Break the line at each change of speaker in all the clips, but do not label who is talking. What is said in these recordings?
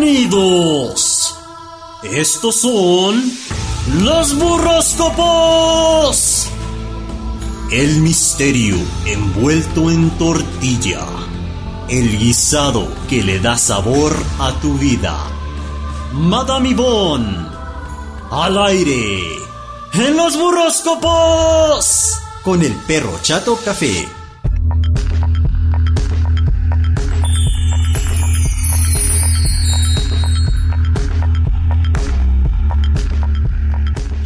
Bienvenidos. Estos son los burroscopos. El misterio envuelto en tortilla. El guisado que le da sabor a tu vida. Madame Yvonne. Al aire. En los burroscopos. Con el perro chato café.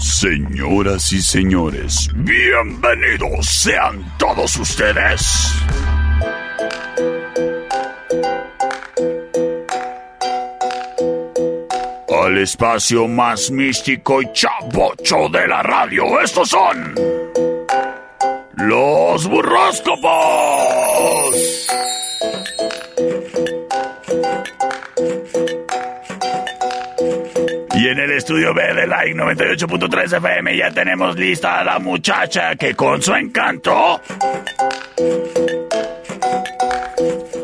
Señoras y señores, bienvenidos sean todos ustedes. Al espacio más místico y chabocho de la radio, estos son los burroscopos. Y en el estudio B de Like 98.3 FM ya tenemos lista a la muchacha que con su encanto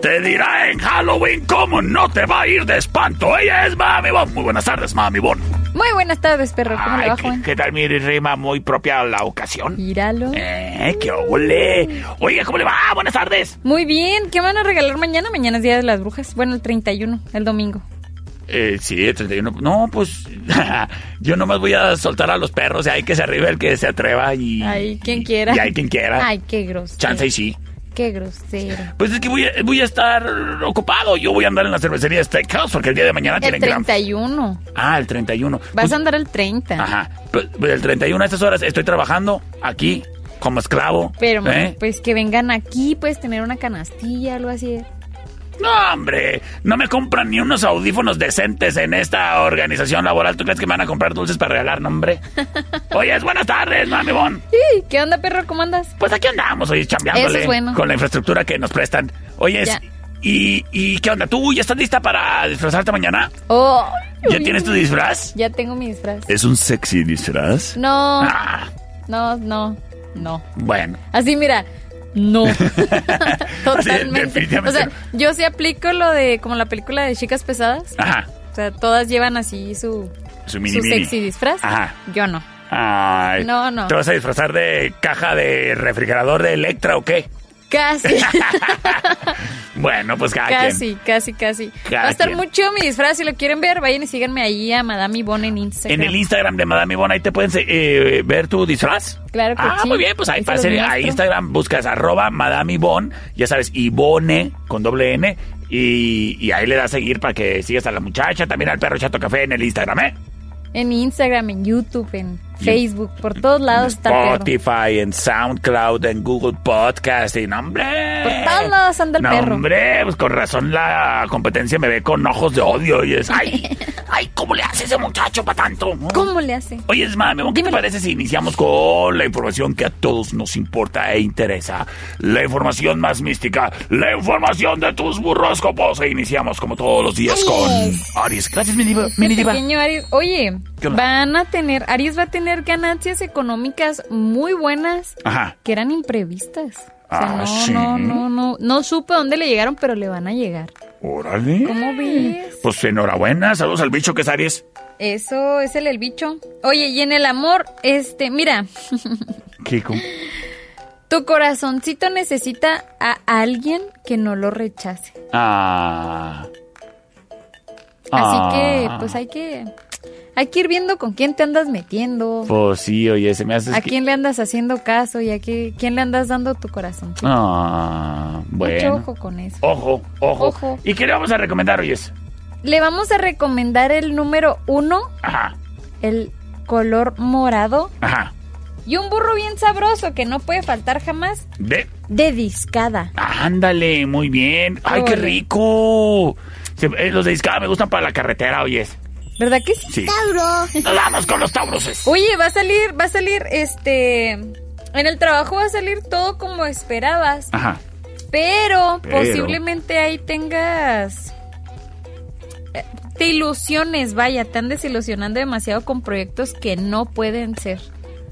te dirá en Halloween cómo no te va a ir de espanto. Ella es Mami Bon. Muy buenas tardes, Mami Bon.
Muy buenas tardes, perro. ¿Cómo le
Ay,
va,
¿qué,
Juan?
qué tal mi rima muy propia a la ocasión?
Míralo.
Eh, qué ole. Oiga, ¿cómo le va? Buenas tardes.
Muy bien. ¿Qué van a regalar mañana? Mañana es Día de las Brujas. Bueno, el 31, el domingo.
Eh, sí, el 31. No, pues yo nomás voy a soltar a los perros y hay que se arriba el que se atreva y...
Ay, quien quiera.
Y hay quien quiera.
Ay, qué grosero.
Chance y sí.
Qué grosero.
Pues es que voy a, voy a estar ocupado. Yo voy a andar en la cervecería Steakhouse porque el día de mañana
El
tienen gran...
31.
Ah, el 31.
Vas
Ah, Pues-
a andar el 30.
Ajá. Pues, pues el 31 a estas horas estoy trabajando aquí como esclavo.
Pero,
¿eh?
pues que vengan aquí, puedes tener una canastilla, algo así.
No, hombre. No me compran ni unos audífonos decentes en esta organización laboral. ¿Tú crees que me van a comprar dulces para regalar, no, hombre? Oye, buenas tardes, mami Bon.
Sí, ¿Qué onda, perro? ¿Cómo andas?
Pues aquí andamos, oye, chambeándole
Eso es bueno.
con la infraestructura que nos prestan. Oye,
Ya.
¿y, ¿y qué onda? ¿Tú ya estás lista para disfrazarte mañana?
Oh,
¿Ya tienes tu disfraz?
Ya tengo mi disfraz.
¿Es un sexy disfraz?
No,
Ah,
no, no, no.
bueno.
Así, mira. No. Totalmente.
definitivamente
O sea,
no.
yo sí aplico lo de como la película de chicas pesadas.
Ajá.
O sea, todas llevan así su,
Su Ah. mini
su
mini.
sexy disfraz.
Ajá.
Yo no.
Ay.
No, no.
¿Te vas a disfrazar de caja de refrigerador de Electra o qué?
Casi,
Bueno, pues cada quien.
casi, casi, casi.
Cada
Va a estar
quien.
mucho mi disfraz. Si lo quieren ver, vayan y síganme ahí a Madame Yvonne en Instagram.
En el Instagram de Madame Ivonne, ahí te pueden eh, ver tu disfraz.
Claro que
ah,
sí.
muy bien, pues
Ahí
ahí
se los
pase a
muestro.
Instagram, buscas arroba Madame Ivonne, ya sabes, Ivone con doble N, y, y ahí le das a seguir para que sigas a la muchacha, también al perro Chato Café en el Instagram, ¿eh?
En Instagram, en YouTube, en Facebook, por todos lados está el perro.
Spotify, en SoundCloud, en Google Podcast, y no, hombre.
Por todos lados anda el
no,
perro.
Hombre, pues con razón la competencia me ve con ojos de odio y es, ay, ay, ¿cómo le hace ese muchacho para tanto?
¿Cómo le hace?
Oye, es mami, ¿qué te
Dímelo.
parece si iniciamos con la información que a todos nos importa e interesa? La información más mística, la información de tus burroscopos. E iniciamos como todos los días con Aries. Gracias, mi diva.
Qué
mini diva.
Este pequeño Aries. Oye,
¿Qué onda?
van a tener, Aries va a tener ganancias económicas muy buenas
Ajá.
que eran imprevistas. O sea,
Ah,
no,
¿sí?
no, no, no, no supe dónde le llegaron, pero le van a llegar. Mm.
Órale.
¿Cómo ves?
Pues enhorabuena, saludos al bicho que es Aries.
Eso es el, el bicho. Oye, y en el amor, este, mira,
Kiko.
tu corazoncito necesita a alguien que no lo rechace.
Ah.
Así
Ah.
que, pues hay que, hay que ir viendo con quién te andas metiendo.
Pues sí, oye, se me hace.
¿A
que-
quién le andas haciendo caso y a qué- quién le andas dando tu corazón?
Ah, bueno.
Mucho ojo con eso.
Ojo, ojo.
Ojo.
¿Y qué le vamos a recomendar, oyes?
Le vamos a recomendar el número uno,
Ajá,
el color morado.
ajá.
Y un burro bien sabroso que no puede faltar jamás,
De.
de discada.
Ándale, muy bien. Ay, qué
Órale.
rico. Se- eh, los de discada me gustan para la carretera, oyes.
¿Verdad que sí?
Sí. Nos vamos con los tauroses.
Oye, va a salir, va a salir, este... En el trabajo va a salir todo como esperabas,
Ajá.
pero,
Pero.
posiblemente ahí tengas... eh, Te ilusiones, vaya, te han desilusionando demasiado con proyectos que no pueden ser.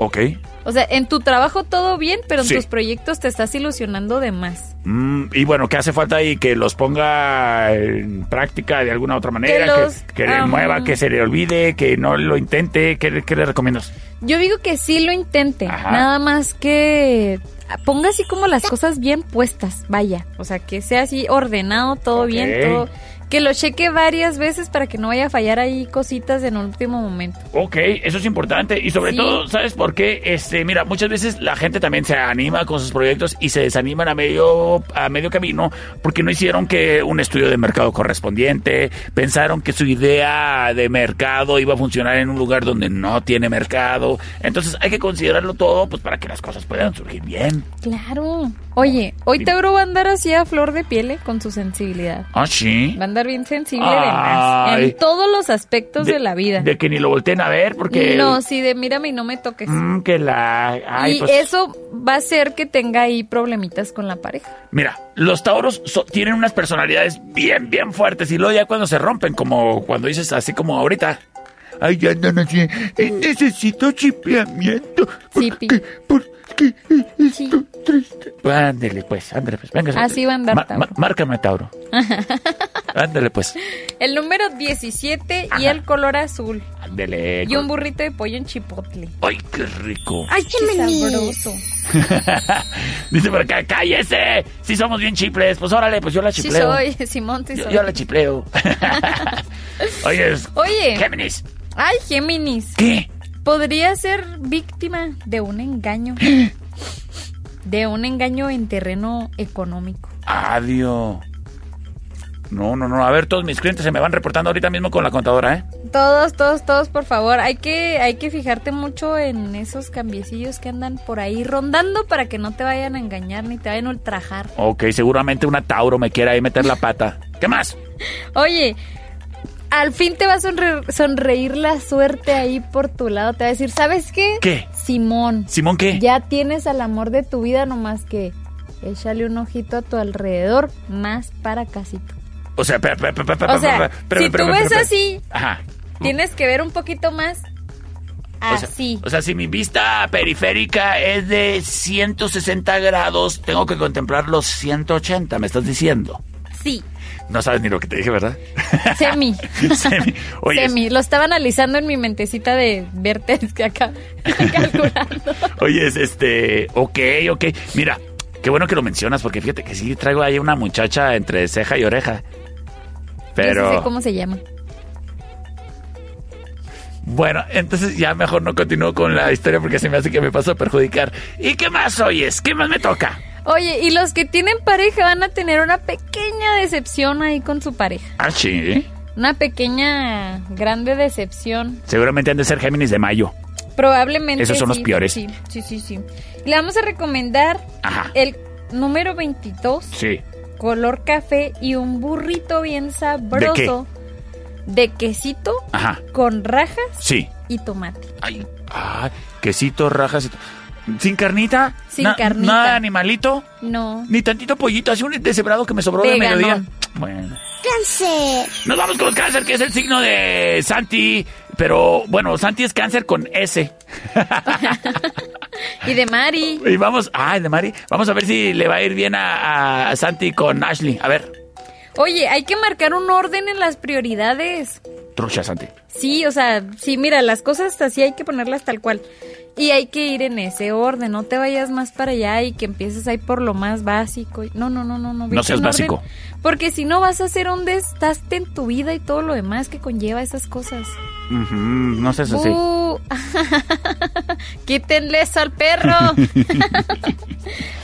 Ok.
O sea, en tu trabajo todo bien, pero en
Sí.
tus proyectos te estás ilusionando de más.
Mm, y bueno, ¿qué hace falta ahí? Que los ponga en práctica de alguna otra manera, que,
los,
que le
ah,
mueva, que se le olvide, que no lo intente. ¿Qué, qué le recomiendas?
Yo digo que sí lo intente,
Ajá.
nada más que ponga así como las cosas bien puestas, vaya. O sea, que sea así ordenado, todo
Ok.
bien, todo. Que lo cheque varias veces para que no vaya a fallar ahí cositas en último momento.
Ok, eso es importante. Y sobre
Sí.
todo, ¿sabes por qué? Este, mira, muchas veces la gente también se anima con sus proyectos y se desaniman a medio, a medio camino porque no hicieron que un estudio de mercado correspondiente, pensaron que su idea de mercado iba a funcionar en un lugar donde no tiene mercado. Entonces hay que considerarlo todo pues para que las cosas puedan surgir bien.
Claro. Oye, hoy
Dime.
Tauro va a andar así a flor de piel eh, con su sensibilidad.
Ah, sí.
Va a andar bien sensible de más.
Ay.
En todos los aspectos de, la vida.
De que ni lo volteen a ver porque...
No, sí, de mírame y no me toques.
Mm, que la... Ay,
y
pues-
eso va a hacer que tenga ahí problemitas con la pareja.
Mira, los tauros so- tienen unas personalidades bien, bien fuertes y luego ya cuando se rompen, como cuando dices así como ahorita. Ay, ya no, no sé, eh, necesito chipeamiento.
Chipi.
Porque, porque eh,
Sí.
estoy triste. Ándele pues, ándele pues, venga.
Así va a andar Tauro.
márcame Tauro. ándele pues.
El número 17 y
Ajá.
el color azul.
Ándele.
Y un burrito de pollo en chipotle.
Ay, qué rico.
¡Ay, qué sabroso!
Dice por acá, cállese. Si somos bien chiples, pues órale, pues yo la
Sí
chipleo.
soy, Simón, sí
yo,
soy.
yo la chipleo. Oye, es-
Oye,
Géminis.
ay, Géminis.
¿Qué?
Podría ser víctima de un engaño. De un engaño en terreno económico.
Adiós. No, no, no. A ver, todos mis clientes se me van reportando ahorita mismo con la contadora, ¿eh?
Todos, todos, todos, por favor. Hay que, hay que fijarte mucho en esos cambiecillos que andan por ahí rondando para que no te vayan a engañar ni te vayan a ultrajar.
Ok, seguramente una Tauro me quiere ahí meter la pata. ¿Qué más?
Oye, al fin te va a sonre- sonreír la suerte ahí por tu lado. Te va a decir, ¿sabes qué?
¿Qué?
Simón,
¿Simón qué?
ya tienes al amor de tu vida, nomás que échale un ojito a tu alrededor, más para casito.
O sea, per- per- per- per- per-
O sea,
per- per-
si
per-
tú
per-
ves
per-
así,
Ajá.
tienes que ver un poquito más
O sea,
así.
O sea, si mi vista periférica es de 160 grados, tengo que contemplar los 180, me estás diciendo.
Sí,
No sabes ni lo que te dije, ¿verdad?
semi.
Semi. Oye,
Semi, lo estaba analizando en mi mentecita de verte es que acá calculando.
Oye, es este. Ok, ok. Mira, qué bueno que lo mencionas, porque fíjate que sí traigo ahí una muchacha entre ceja y oreja.
No
Pero.
sé cómo se llama.
Bueno, entonces ya mejor no continúo con la historia porque se me hace que me paso a perjudicar. ¿Y qué más oyes? ¿Qué más me toca?
Oye, y los que tienen pareja van a tener una pequeña decepción ahí con su pareja.
Ah, sí.
Una pequeña, grande decepción.
Seguramente han de ser Géminis de mayo.
Probablemente.
Esos son los
sí,
peores.
Sí, sí, sí, sí. Le vamos a recomendar
Ajá.
el número 22,
Sí.
color café y un burrito bien sabroso. ¿De, quesito
Ajá.
con rajas
Sí.
y tomate.
Ay. Ah, quesito, rajas. y to- ¿Sin carnita?
Sin
Na-
carnita.
Nada de animalito.
No.
Ni tantito pollito, así un deshebrado que me sobró de
Veganón.
mediodía. Bueno.
Cáncer.
Nos vamos con cáncer, que es el signo de Santi. Pero bueno, Santi es cáncer con S.
Y de Mari.
Y vamos, ay, de Mari, vamos a ver si le va a ir bien a, a Santi con Ashley. A ver,
Oye, hay que marcar un orden en las prioridades.
trucha, Santi.
Sí, o sea, sí, mira, las cosas así hay que ponerlas tal cual. Y hay que ir en ese orden, no te vayas más para allá y que empieces ahí por lo más básico. y- No, no, no, no, no. vete
seas
en orden,
básico.
Porque si no vas a hacer un destaste en tu vida y todo lo demás que conlleva esas cosas.
Ujú, no sé eso sí.
Uh, Quítenle eso al perro.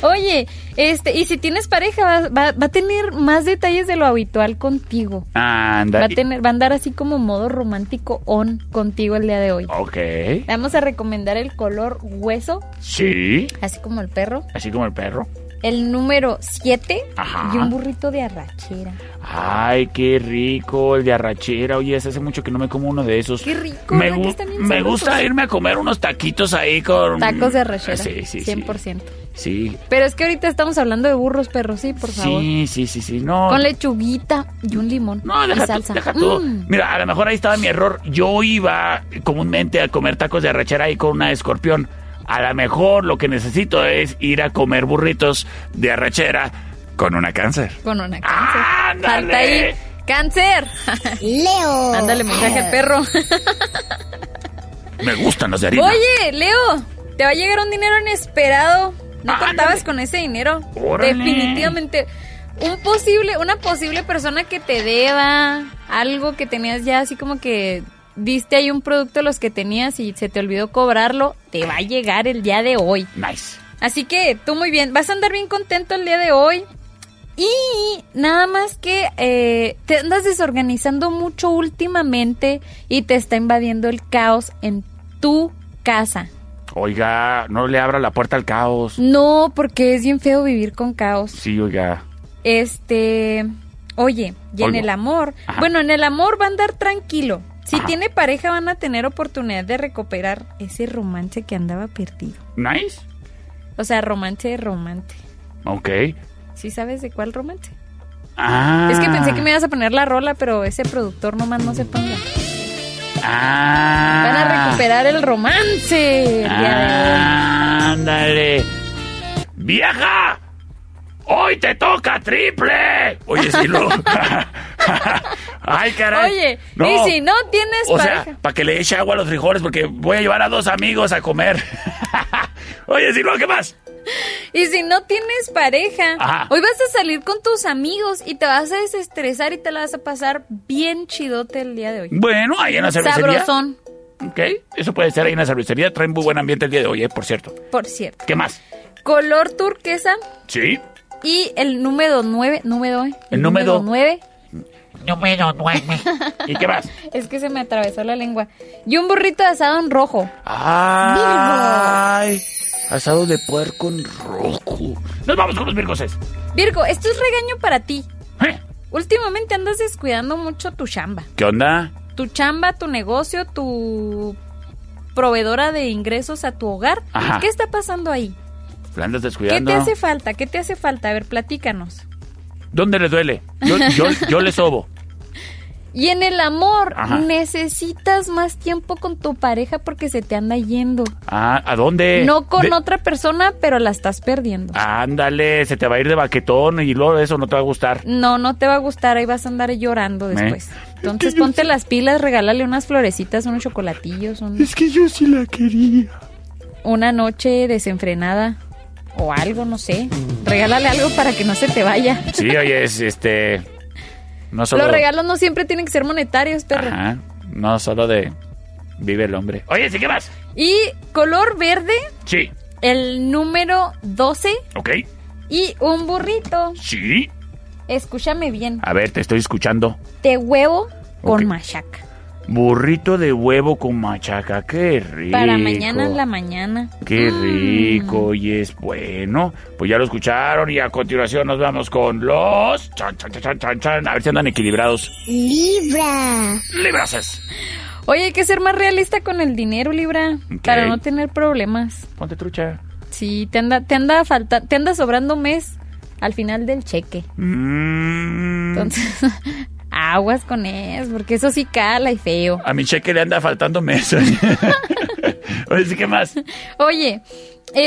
Oye, este, y si tienes pareja, va- va- va a tener más detalles de lo habitual contigo. Va
Anda.
a, tener, va a andar así como modo romántico on contigo el día de hoy.
Ok.
Le Vamos a recomendar el color hueso,
Sí.
así como el perro.
Así como el perro.
El número 7
Ajá.
y un burrito de arrachera.
Ay, qué rico, el de arrachera. Oye, hace mucho que no me como uno de esos.
Qué rico,
Me,
¿verdad
gu-
que están bien
me
sabrosos?
gusta irme a comer unos taquitos ahí con...
Tacos de arrachera.
Mm. Sí, sí, sí.
100%.
Sí,
Pero es que ahorita estamos hablando de burros, perros, sí, por favor.
Sí, sí, sí, sí. No,
Con lechuguita y un limón
No,
y
deja, tú-
salsa.
deja tú.
Mm.
Mira, a lo mejor ahí estaba mi error. Yo iba comúnmente a comer tacos de arrachera ahí con una escorpión. A lo mejor lo que necesito es ir a comer burritos de arrachera con una cáncer.
Con una cáncer.
¡Ándale!
Falta ahí. ¡Cáncer!
Leo.
Ándale mensaje al perro.
Me gustan los de harina.
Oye, Leo, te va a llegar un dinero inesperado. No
Ah, Ándale.
contabas con ese dinero.
Órale.
Definitivamente. Un posible, una posible persona que te deba algo que tenías ya así como que diste ahí un producto de los que tenías y se te olvidó cobrarlo, te va a llegar el día de hoy.
Nice.
Así que tú muy bien, vas a andar bien contento el día de hoy. Y nada más que eh, te andas desorganizando mucho últimamente y te está invadiendo el caos en tu casa.
Oiga, no le abra la puerta al caos.
No, porque es bien feo vivir con caos.
Sí, oiga.
Este, oye, y en
Oigo.
el amor,
Ajá.
bueno, en el amor va a andar tranquilo. Si
Ajá.
tiene pareja van a tener oportunidad de recuperar ese romance que andaba perdido.
Nice.
O sea, romance de romance.
Ok.
¿Sí sabes de cuál romance?
Ah.
Es que pensé que me ibas a poner la rola, pero ese productor nomás no se ponga.
Ah. Ah.
Van a recuperar el romance. el día de hoy.
Ándale. ¡Vieja! ¡Hoy te toca triple! Oye, sí, lo. ¡Ay, caray!
Oye, y si no tienes
O
pareja.
sea, para que le eche agua a los frijoles porque voy a llevar a dos amigos a comer. Oye, sí, lo ¿qué más?
Y si no tienes pareja,
Ajá.
hoy vas a salir con tus amigos y te vas a desestresar y te la vas a pasar bien chidote el día de hoy.
Bueno, ahí en la cervecería.
Sabrosón,
Ok, eso puede ser ahí en la cervecería. Traen muy buen ambiente el día de hoy, eh, por cierto.
por cierto.
¿Qué más?
Color turquesa
Sí.
y el número 9, número, eh,
El número-
9.
Número nueve. ¿Y qué más?
Es que se me atravesó la lengua. Y un burrito de asado en rojo.
¡Ay! Asado de puerco en rojo. Nos vamos con los virgoses.
Virgo, esto es regaño para ti.
¿Eh?
Últimamente andas descuidando mucho tu chamba.
¿Qué onda?
Tu chamba, tu negocio, tu proveedora de ingresos a tu hogar.
Ajá.
¿Qué está pasando ahí?
¿La andas
¿Qué
descuidando?
te hace falta? ¿Qué te hace falta? A ver, platícanos.
¿Dónde le duele? Yo, yo, yo le sobo.
Y en el amor,
Ajá.
necesitas más tiempo con tu pareja porque se te anda yendo.
Ah, ¿A dónde?
no con
De- Ah.
otra persona, pero la estás perdiendo.
Ándale, se te va a ir de baquetón y luego eso no te va a gustar.
No, no te va a gustar, ahí vas a andar llorando
Me-
después. Entonces ponte las pilas, regálale unas florecitas, unos chocolatillos, un-
que yo sí la quería.
una noche desenfrenada o algo, no sé. Regálale algo para que no se te vaya.
Sí, oye, es este. No solo.
Los regalos no siempre tienen que ser monetarios, perro.
Ajá. No solo de. Vive el hombre. Oye, ¿sí qué más?
Y color verde,
Sí.
el número 12
Ok.
y un burrito.
Sí.
Escúchame bien.
A ver, te estoy escuchando.
De huevo con
Ok.
machaca.
Burrito de huevo con machaca, qué rico.
Para mañana en la mañana.
Qué
Mm.
rico, y es bueno. Pues ya lo escucharon y a continuación nos vamos con los... Chan, chan, chan, chan, chan, chan. A ver si andan equilibrados.
Libra.
Librases.
Oye, hay que ser más realista con el dinero, Libra,
Ok.
para no tener problemas.
Ponte trucha.
Sí, te anda, te anda falta, te anda sobrando mes al final del cheque.
Mm.
Entonces, aguas con eso, porque eso sí cala y feo.
A mi cheque le anda faltando meses. Oye, ¿sí ¿qué más?
Oye,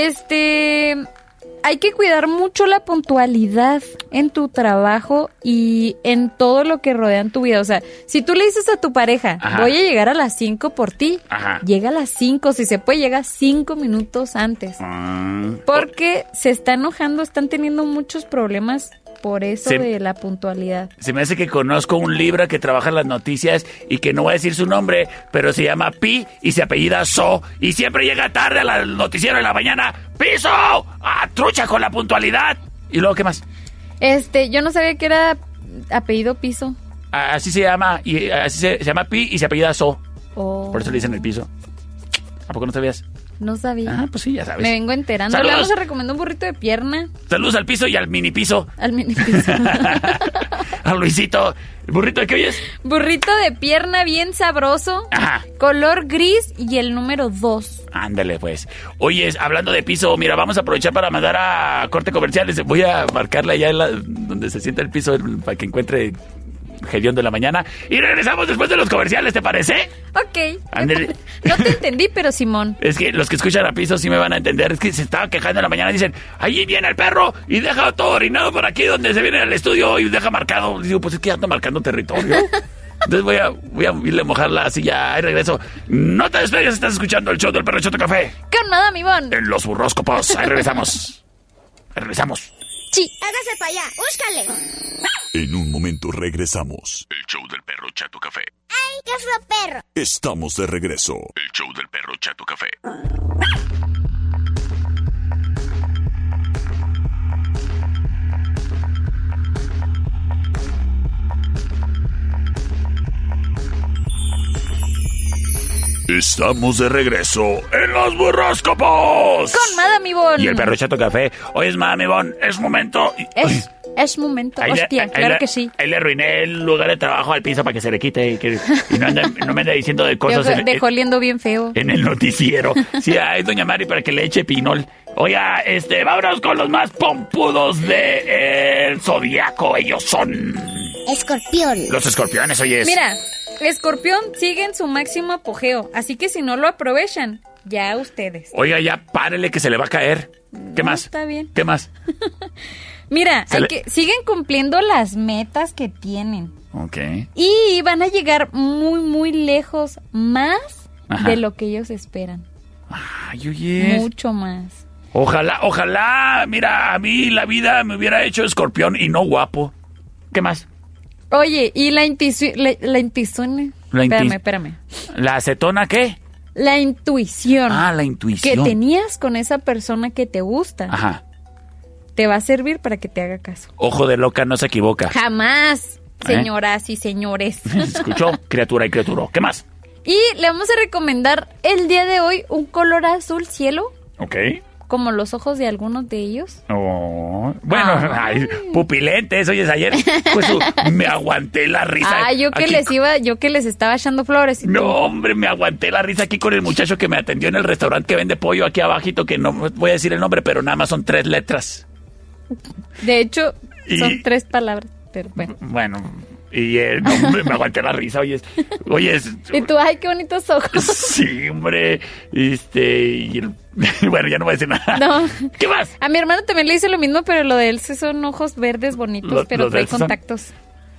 este, hay que cuidar mucho la puntualidad en tu trabajo y en todo lo que rodean tu vida. O sea, si tú le dices a tu pareja,
Ajá.
voy a llegar a las 5 por ti,
Ajá.
llega a las 5, si se puede, llega 5 minutos antes.
Mm.
Porque se está enojando, están teniendo muchos problemas por eso
Sí.
de la puntualidad.
Se me hace que conozco un Libra que trabaja en las noticias y que no voy a decir su nombre, pero se llama Pi y se apellida So y siempre llega tarde al- al noticiero de la mañana. ¡Piso! ¡A trucha con la puntualidad! ¿Y luego qué más?
Este, yo no sabía que era apellido piso.
A- Así se llama, y así se, se llama Pi y se apellida So.
o
Por eso le dicen el piso. ¿A poco no sabías?
No sabía.
Ah, pues sí, ya sabes.
Me vengo enterando.
Saludos.
Le vamos a recomendar un burrito de pierna
Saludos al piso y al mini piso.
al mini piso.
a Luisito. ¿El burrito de qué oyes?
burrito de pierna bien sabroso.
Ajá.
Color gris y el número 2.
Ándale, pues. Oye, hablando de piso, mira, vamos a aprovechar para mandar a corte comerciales. Voy a marcarla allá en la- donde se sienta el piso para que encuentre gedión de la mañana. Y regresamos después de los comerciales, ¿te parece?
Ok.
Ándele.
No te entendí, pero Simón.
Es que los que escuchan a piso sí me van a entender. Es que se estaba quejando en la mañana. Dicen, ahí viene el perro y deja todo orinado por aquí donde se viene al estudio y deja marcado. Y digo, pues es que ya está marcando territorio. Entonces voy a, voy a irle a mojar la silla y regreso. No te despegues, estás escuchando el show del perro Choto Café
Con Madame Ivonne.
en los burroscopos. Ahí regresamos. Ahí regresamos.
Sí.
Hágase para allá, búscale.
En un momento regresamos.
El show del perro Chato Café.
¡Ay, qué fue perro!
Estamos de regreso.
El show del perro Chato Café. Estamos de regreso en los burroscopos.
Con Madame Ivonne.
Y el perro Chato Café. Hoy es Mami Bon. Es momento.
Es, es momento.
Ahí le-
Hostia,
ahí
claro
le-
que sí.
Ahí le arruiné el lugar de trabajo al piso para que se le quite y, que, y no, ande- no me anda diciendo de
Yo
cosas. en-
dejó oliendo bien feo.
en el noticiero. Sí, ay, doña Mari, para que le eche pinol. Oiga, este, vámonos con los más pompudos de el zodiaco. Ellos son
Escorpión.
los escorpiones, oye. es-
Mira, Escorpión sigue en su máximo apogeo, así que si no lo aprovechan, ya ustedes.
Oiga, ya párele que se le va a caer. ¿Qué más?
Ah, está bien.
¿Qué más?
Mira,
Se
hay
le-
que, siguen cumpliendo las metas que tienen
Ok.
y van a llegar muy, muy lejos, más
Ajá.
de lo que ellos esperan.
Ay, oye. es-
Mucho más.
Ojalá, ojalá. Mira, a mí la vida me hubiera hecho escorpión y no guapo. ¿Qué más?
Oye, y la intuición... La, la intuición... eh,
La intu-
espérame, espérame.
¿La acetona qué?
La intuición
Ah, la intuición.
que tenías con esa persona que te gusta
Ajá.
te va a servir para que te haga caso.
Ojo de loca no se equivoca.
Jamás,
¿Eh?
señoras y señores.
¿Escuchó? Criatura y criatura. ¿Qué más?
Y le vamos a recomendar el día de hoy un color azul cielo,
Ok.
como los ojos de algunos de ellos.
Oh, bueno, ay,
Ay.
pupilentes, oyes, ayer pues, uh, me aguanté la risa.
Ah, yo que
aquí-
les iba, yo que les estaba echando flores. y
No,
tú,
hombre, me aguanté la risa aquí con el muchacho que me atendió en el restaurante que vende pollo aquí abajito, que no voy a decir el nombre, pero nada más son tres letras.
De hecho, son
Y-
tres palabras, pero bueno.
Bueno, y eh, no, hombre, me aguanté la risa, oyes, oyes.
Y tú, ay, qué bonitos ojos.
Sí, hombre, este, y el- bueno, ya no voy a decir nada.
No.
¿Qué más?
A mi hermano también le hice lo mismo, pero lo de él sí son ojos verdes bonitos,
Lo-
pero
los de
trae
él sí son-
contactos.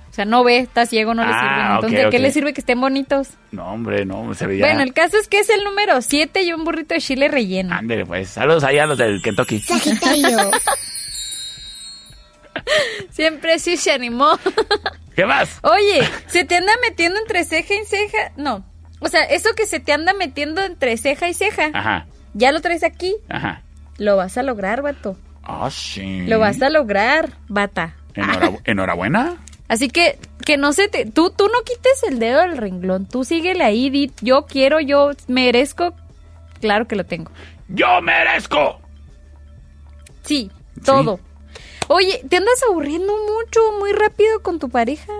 O sea, no ve, está ciego, no le
Ah,
sirven. Entonces,
ok,
¿de qué
ok.
le sirve que estén bonitos?
No, hombre, no, se veía.
Bueno, el caso es que es el número 7 y un burrito de chile relleno.
Ándale, pues, saludos allá a los del Kentucky.
Sagitario.
Siempre sí se animó.
¿Qué más?
Oye, se te anda metiendo entre ceja y ceja. No. O sea, eso que se te anda metiendo entre ceja y ceja,
Ajá,
ya lo traes aquí.
ajá.
Lo vas a lograr, vato.
Ah, sí.
Lo vas a lograr, bata.
Enhora- ¿Enhorabuena?
Así que que no se te tú tú no quites el dedo del renglón, tú síguele ahí, di, yo quiero, yo merezco. Claro que lo tengo.
¡Yo merezco!
Sí, todo. Oye, te andas aburriendo mucho, muy rápido con tu pareja.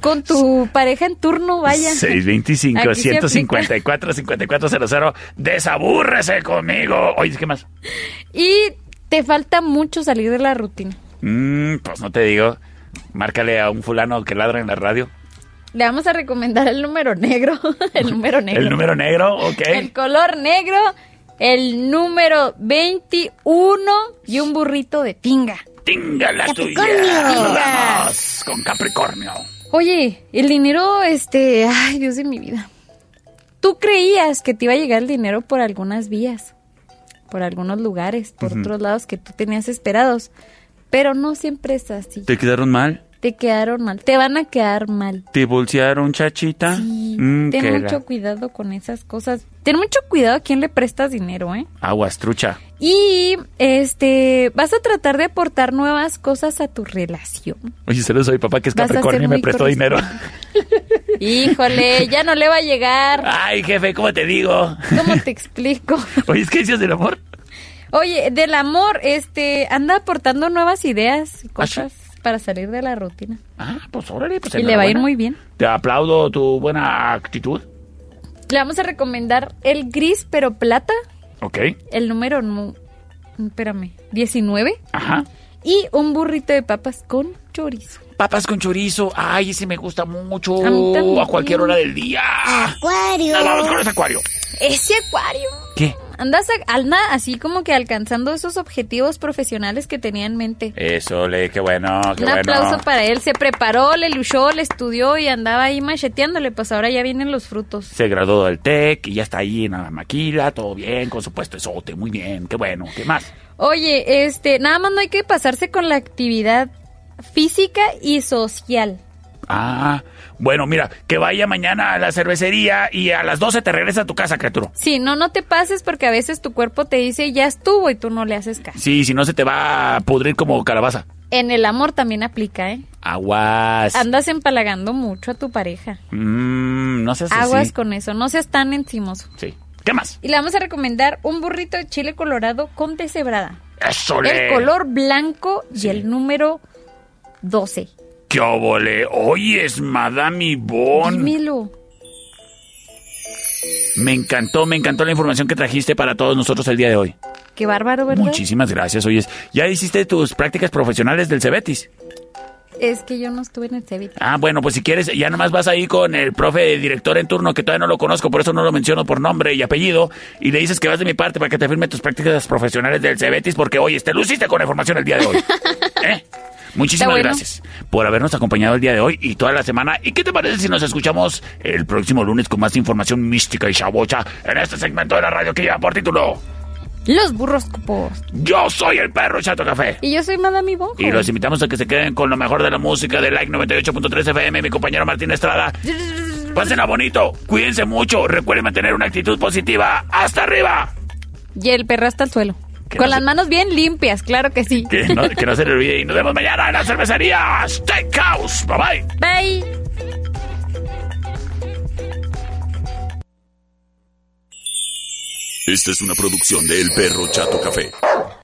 Con tu pareja en turno, vaya.
625
Aquí se
154 5400 Desabúrrese conmigo. Oye, ¿qué más?
Y te falta mucho salir de la rutina.
Mm, pues no te digo. Márcale a un fulano que ladra en la radio.
Le vamos a recomendar el número negro. El número negro.
El número negro, ok.
El color negro. El número 21 y un burrito de pinga.
Tinga la tuya.
Capricornio.
Vamos con Capricornio.
Oye, el dinero, este, ay Dios de mi vida. Tú creías que te iba a llegar el dinero por algunas vías, por algunos lugares, por otros lados que tú tenías esperados, pero no siempre es así.
¿Te quedaron mal?
Te quedaron mal, te van a quedar mal.
¿Te bolsearon, chachita?
Sí,
Mm,
ten
que
mucho
la-
cuidado con esas cosas. Ten mucho cuidado a quién le prestas dinero, ¿eh?
Aguas, trucha.
Y este, vas a tratar de aportar nuevas cosas a tu relación.
Oye, se lo soy papá que es
Vas a ser
Capricornio y me
muy
prestó dinero.
Híjole, ya no le va a llegar.
Ay, jefe, ¿cómo te digo?
¿Cómo te explico?
Oye, es que decías del amor.
Oye, del amor, este, anda aportando nuevas ideas y cosas para salir de la rutina.
Ah, pues órale, pues
Y le va a ir
enhorabuena.
muy bien.
Te aplaudo tu buena actitud.
Le vamos a recomendar el gris pero plata,
Ok.
el número, nu- espérame, 19
Ajá.
y un burrito de papas con chorizo.
Papas con chorizo. Ay, ese me gusta mucho.
A mí también.
A cualquier hora del día.
Acuario.
Nos vamos con ese acuario.
Ese acuario.
¿Qué?
Andas a- anda así como que alcanzando esos objetivos profesionales que tenía en mente.
Eso, le, qué bueno, qué
Un
bueno.
aplauso para él. Se preparó, le luchó, le estudió y andaba ahí macheteándole. Pues ahora ya vienen los frutos.
Se graduó del TEC y ya está ahí en la maquila, todo bien, con su puestezote, muy bien, qué bueno, ¿qué más?
Oye, este, nada más no hay que pasarse con la actividad física y social.
Ah, bueno, mira, que vaya mañana a la cervecería y a las 12 te regresa a tu casa, criatura.
Sí, no, no te pases porque a veces tu cuerpo te dice ya estuvo y tú no le haces caso.
Sí, si no se te va a pudrir como calabaza.
En el amor también aplica, ¿eh?
Aguas.
Andas empalagando mucho a tu pareja.
Mm, no seas
Aguas
así.
con eso, no seas tan encimoso.
Sí. ¿Qué más?
Y le vamos a recomendar un burrito de chile colorado con deshebrada.
Eso le.
El color blanco y el número 12.
¡Qué óvole! Hoy es Madame Yvonne.
Dímelo.
Me encantó, me encantó la información que trajiste para todos nosotros el día de hoy.
Qué bárbaro, ¿verdad?
Muchísimas gracias, oyes. ¿Ya hiciste tus prácticas profesionales del Cebetis?
Es que yo no estuve en el Cevita.
Ah, bueno, pues si quieres, ya nomás vas ahí con el profe director en turno, que todavía no lo conozco, por eso no lo menciono por nombre y apellido, y le dices que vas de mi parte para que te firme tus prácticas profesionales del Cebetis, porque oye, te luciste con la información el día de hoy. ¿Eh? Muchísimas
Está bueno.
gracias por habernos acompañado el día de hoy y toda la semana. ¿Y qué te parece si nos escuchamos el próximo lunes con más información mística y chabocha en este segmento de la radio que lleva por título
Los burroscopos.
Yo soy el perro Chato Café?
Y yo soy Madame Ivonne.
Y los invitamos a que se queden con lo mejor de la música de Like 98.3 FM, mi compañero Martín Estrada. Pásenla bonito, cuídense mucho, recuerden mantener una actitud positiva. ¡Hasta arriba!
Y el perro hasta el suelo.
Que
Con
no
las
se-
manos bien limpias, claro que sí.
Que no, que no se les olvide y nos vemos mañana en la cervecería Steakhouse. Bye bye.
Bye.
Esta es una producción de El Perro Chato Café.